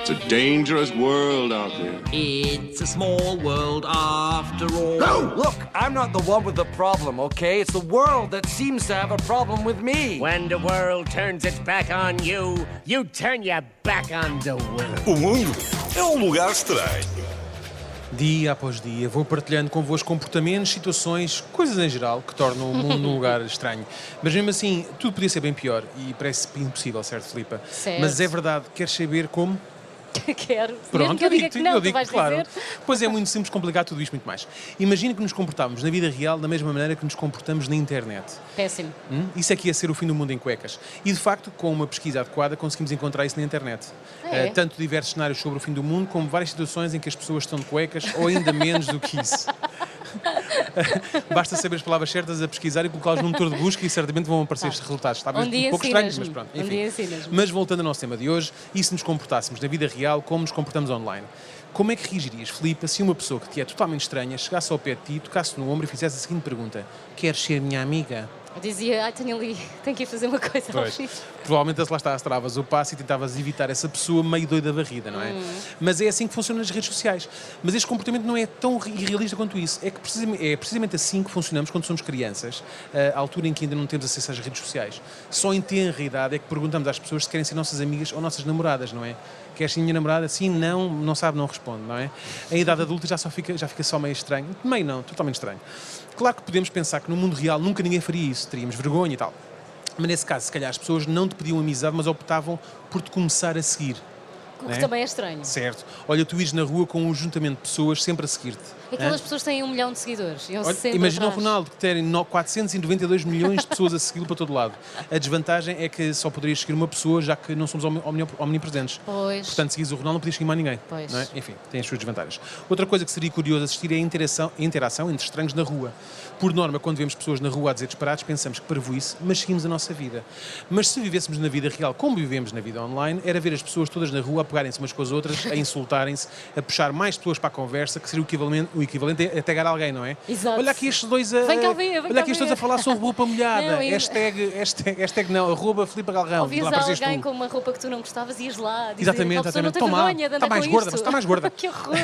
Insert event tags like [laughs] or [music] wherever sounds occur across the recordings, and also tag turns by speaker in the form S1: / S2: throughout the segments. S1: It's a dangerous world out there.
S2: It's a small world after all.
S3: No! Look, I'm not the one with the problem, okay? It's the world that seems to have a problem with me.
S4: [gasps] When the world turns its back on you, you turn your back on the world.
S5: O mundo é um lugar estranho.
S6: Dia após dia vou partilhando convosco comportamentos, situações, coisas em geral que tornam o mundo
S7: [laughs]
S6: um lugar estranho. Mas mesmo assim, tudo podia ser bem pior e parece impossível, certo, Filipa?
S7: Certo.
S6: Mas é verdade, queres saber como?
S7: [laughs] Quero. Mesmo que eu diga que
S6: digo-te,
S7: não,
S6: eu
S7: tu
S6: digo,
S7: vais
S6: claro.
S7: dizer.
S6: Pois é, muito simples complicar tudo isto muito mais. Imagina que nos comportamos na vida real da mesma maneira que nos comportamos na internet.
S7: Péssimo.
S6: Hum? Isso é que ia ser o fim do mundo em cuecas. E de facto, com uma pesquisa adequada, conseguimos encontrar isso na internet.
S7: Ah, é?
S6: Eh, tanto diversos cenários sobre o fim do mundo, como várias situações em que as pessoas estão de cuecas, ou ainda menos do que isso. [laughs] Basta saber as palavras certas a pesquisar e colocá-las num motor de busca e certamente vão aparecer estes resultados. Está
S7: Um dia
S6: um pouco
S7: ensinas-me.
S6: estranhos, mas pronto.
S7: Um
S6: Enfim.
S7: dia ensinas-me.
S6: mas voltando ao nosso tema de hoje, e se nos comportássemos na vida real como nos comportamos online? Como é que reagirias, Filipe, se uma pessoa que te é totalmente estranha chegasse ao pé de ti, tocasse no ombro e fizesse a seguinte pergunta: Queres ser minha amiga?
S7: Eu dizia, ai, tenho ali, [laughs] tenho que ir fazer uma coisa ao
S6: Pois. Provavelmente lá está, travas o passo e tentavas evitar essa pessoa meio doida da barriga, não é? Mas é assim que funciona nas redes sociais. Mas este comportamento não é tão irrealista quanto isso. É que precisam- é precisamente assim que funcionamos quando somos crianças, ah, à altura em que ainda não temos acesso às redes sociais. Só em tenra idade é que perguntamos às pessoas se querem ser nossas amigas ou nossas namoradas, não é? Queres ser minha namorada? Sim, não, não sabe, não responde, não é? Em idade adulta já, só fica, já fica só meio estranho. Meio não, totalmente estranho. Claro que podemos pensar que no mundo real nunca ninguém faria isso, teríamos vergonha e tal. Mas nesse caso, se calhar as pessoas não te pediam amizade, mas optavam por te começar a seguir.
S7: O
S6: né?
S7: que também é estranho.
S6: Certo. Olha, tu ires na rua com um juntamento de pessoas sempre a seguir-te.
S7: Aquelas
S6: hã?
S7: pessoas que têm um milhão de seguidores. iam
S6: Né? Olha,
S7: sempre
S6: imagina
S7: atrás.
S6: o Ronaldo que terem no- 492 milhões de pessoas a segui-lo para todo lado. A desvantagem é que só poderias seguir uma pessoa, já que não somos omni- omni- omnipresentes.
S7: Pois.
S6: Portanto, seguis o Ronaldo, não podias seguir mais ninguém.
S7: Pois.
S6: não é? Enfim, tem as suas desvantagens. Outra coisa que seria curioso assistir é a interação, a interação entre estranhos na rua. Por norma, quando vemos pessoas na rua a dizer disparados, pensamos que parvoíce, mas seguimos a nossa vida. Mas se vivêssemos na vida real como vivemos na vida online, era ver as pessoas todas na rua a pegarem-se umas com as outras,
S7: [laughs]
S6: a insultarem-se, a puxar mais pessoas para a conversa, que seria o equivalente, o equivalente a tagar alguém, não é?
S7: Exato.
S6: Olha aqui estes dois a,
S7: Vem cá ver, vem
S6: olha
S7: cá
S6: aqui estes dois
S7: ver.
S6: a falar sobre roupa molhada.
S7: [laughs] Não, e-
S6: hashtag, hashtag, hashtag não, arroba Filipe Galrão.
S7: Ouvias
S6: Lá apareceste
S7: alguém
S6: tu.
S7: com uma roupa que tu não gostavas e ias lá dizer
S6: Exatamente,
S7: "Aquela pessoa
S6: exatamente.
S7: não tem
S6: Toma lá,
S7: vergonha de andar
S6: está mais
S7: com
S6: gorda,
S7: isto."
S6: mas está mais gorda.
S7: [laughs] que horror.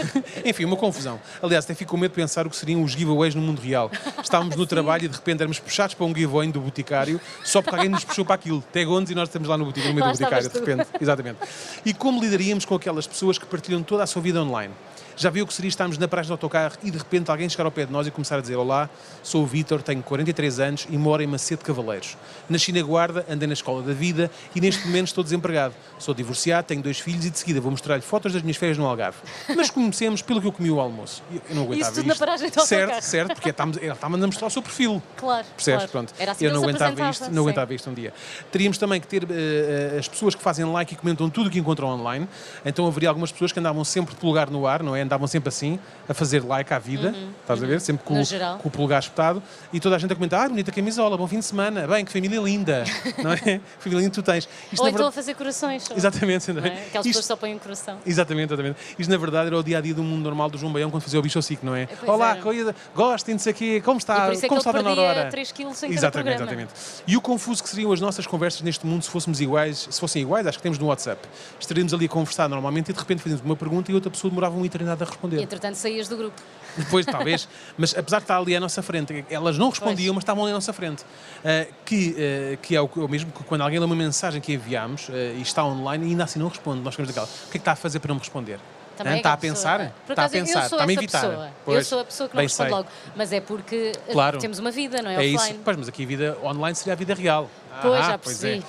S6: Enfim, uma confusão. Aliás, até fico com medo de pensar o que seriam os giveaways no mundo real. Estávamos
S7: [laughs]
S6: no trabalho e de repente éramos puxados para um giveaway do boticário só porque alguém nos puxou para aquilo. Tegons e nós estamos lá no, botico, no meio
S7: Lá
S6: do boticário, de
S7: estavas tu.
S6: repente. Exatamente. E como lidaríamos com aquelas pessoas que partilham toda a sua vida online? Já viu o que seria estarmos na praia do autocarro e de repente alguém chegar ao pé de nós e começar a dizer Olá, sou o Vítor, tenho 43 anos e moro em Macedo de Cavaleiros. Nasci na guarda, andei na escola da vida e neste momento estou desempregado. Sou divorciado, tenho dois filhos e de seguida vou mostrar-lhe fotos das minhas férias no Algarve. Mas comecemos pelo que eu comi o almoço. Eu- Eu não aguentava
S7: Isso tudo na
S6: isto.
S7: paragem do
S6: Certo,
S7: autocarro.
S6: certo, porque é estávamos- ela estava-nos a mostrar o seu perfil.
S7: Claro,
S6: Percebes?
S7: claro.
S6: Pronto.
S7: Era assim
S6: eu
S7: que
S6: não
S7: ele se
S6: aguentava
S7: apresentava,
S6: isto, não
S7: sim.
S6: aguentava isto um dia. Teríamos também que ter eh, eh, as pessoas que fazem like e comentam tudo o que encontram online. Então haveria algumas pessoas que andavam sempre de polegar no ar, não é? Andavam sempre assim, a fazer like à vida, estás a ver? Sempre com,
S7: Uhum. No
S6: o-
S7: geral.
S6: com o polegar espetado. E toda a gente a comentar: ah, bonita camisola, bom fim de semana, bem, que família
S7: [laughs]
S6: linda, não é? família linda que tu tens. Isto,
S7: Ou
S6: na
S7: então a
S6: verdade-
S7: fazer corações. só,
S6: Exatamente, não
S7: não
S6: é?
S7: é? Aquelas
S6: Isto-
S7: pessoas só põem um coração.
S6: Exatamente, exatamente. Isto na verdade era o dia a dia do mundo normal do João Baião quando fazia o bicho ao Cico, não é?
S7: Pois
S6: Olá,
S7: era.
S6: coisa, gostem disso aqui, como
S7: E
S6: está?
S7: por isso é que
S6: como
S7: ele
S6: está a Dona
S7: perdia
S6: Aurora?
S7: 3 quilos em cada
S6: exatamente,
S7: programa.
S6: exatamente. E o confuso que seriam as nossas conversas neste mundo se fôssemos iguais, se fossem iguais, acho que temos no WhatsApp. Estaríamos ali a conversar normalmente e de repente fazíamos uma pergunta e outra pessoa demorava uma eternidade a
S7: E
S6: responder.
S7: entretanto saías do grupo.
S6: Depois, talvez, mas apesar de estar ali à nossa frente, elas não respondiam, mas estavam ali à nossa frente. Ah, que, ah, que é o, o mesmo que quando alguém lê uma mensagem que enviamos ah, e está online e ainda assim não responde. Nós ficamos daquela. O que é que está a fazer para não me responder?
S7: Também
S6: Hã?
S7: é
S6: está Né? Tá a
S7: aquela
S6: pensar?
S7: pessoa- Por
S6: está a
S7: acaso,
S6: pensar,
S7: eu sou
S6: está-me a
S7: essa
S6: evitar.
S7: pessoa.
S6: Pois,
S7: eu sou a pessoa que não
S6: bem
S7: responde
S6: sei.
S7: logo. Mas é porque eh,
S6: Claro.
S7: temos uma vida, não é?
S6: É isso.
S7: Offline.
S6: Pois, mas aqui a vida online seria a vida real.
S7: Pois, já
S6: pois é.
S7: percebi.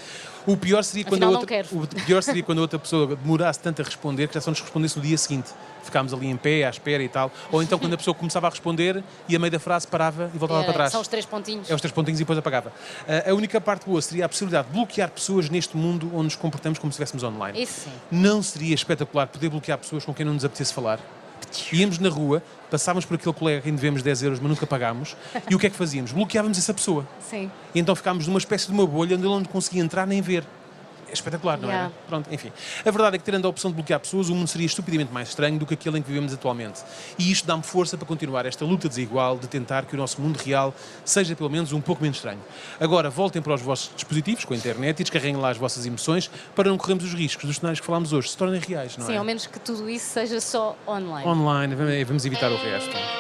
S6: O pior, seria quando a
S7: Afinal, não
S6: outra,
S7: quero.
S6: o pior seria quando a outra pessoa demorasse tanto a responder que já só nos respondesse no dia seguinte. Ficámos ali em pé, à espera e tal. Ou então quando a pessoa começava a responder e a meio da frase parava e voltava
S7: Era,
S6: para trás.
S7: eh, São É, os três pontinhos.
S6: É os três pontinhos e depois apagava. Ah, a única parte boa seria a possibilidade de bloquear pessoas neste mundo onde nos comportamos como se estivéssemos online.
S7: É Isso sim.
S6: Não seria espetacular poder bloquear pessoas com quem não nos apetece falar? Íamos na rua, passávamos por aquele colega a quem devemos 10 euros, mas nunca pagámos, e o que é que fazíamos? Bloqueávamos essa pessoa.
S7: Sim.
S6: E então ficámos numa espécie de uma bolha onde ele não conseguia entrar nem ver. é espetacular, não
S7: Yeah.
S6: era? Pronto, enfim. A verdade é que, tendo a opção de bloquear pessoas, o mundo seria estupidamente mais estranho do que aquele em que vivemos atualmente. E isto dá-me força para continuar esta luta desigual de tentar que o nosso mundo real seja pelo menos um pouco menos estranho. Agora, voltem para os vossos dispositivos, com a internet, e descarreguem lá as vossas emoções para não corrermos os riscos dos cenários que falámos hoje se tornem reais, não
S7: Sim,
S6: é?
S7: ao menos que tudo isso seja só online.
S6: Online, vamos evitar o resto.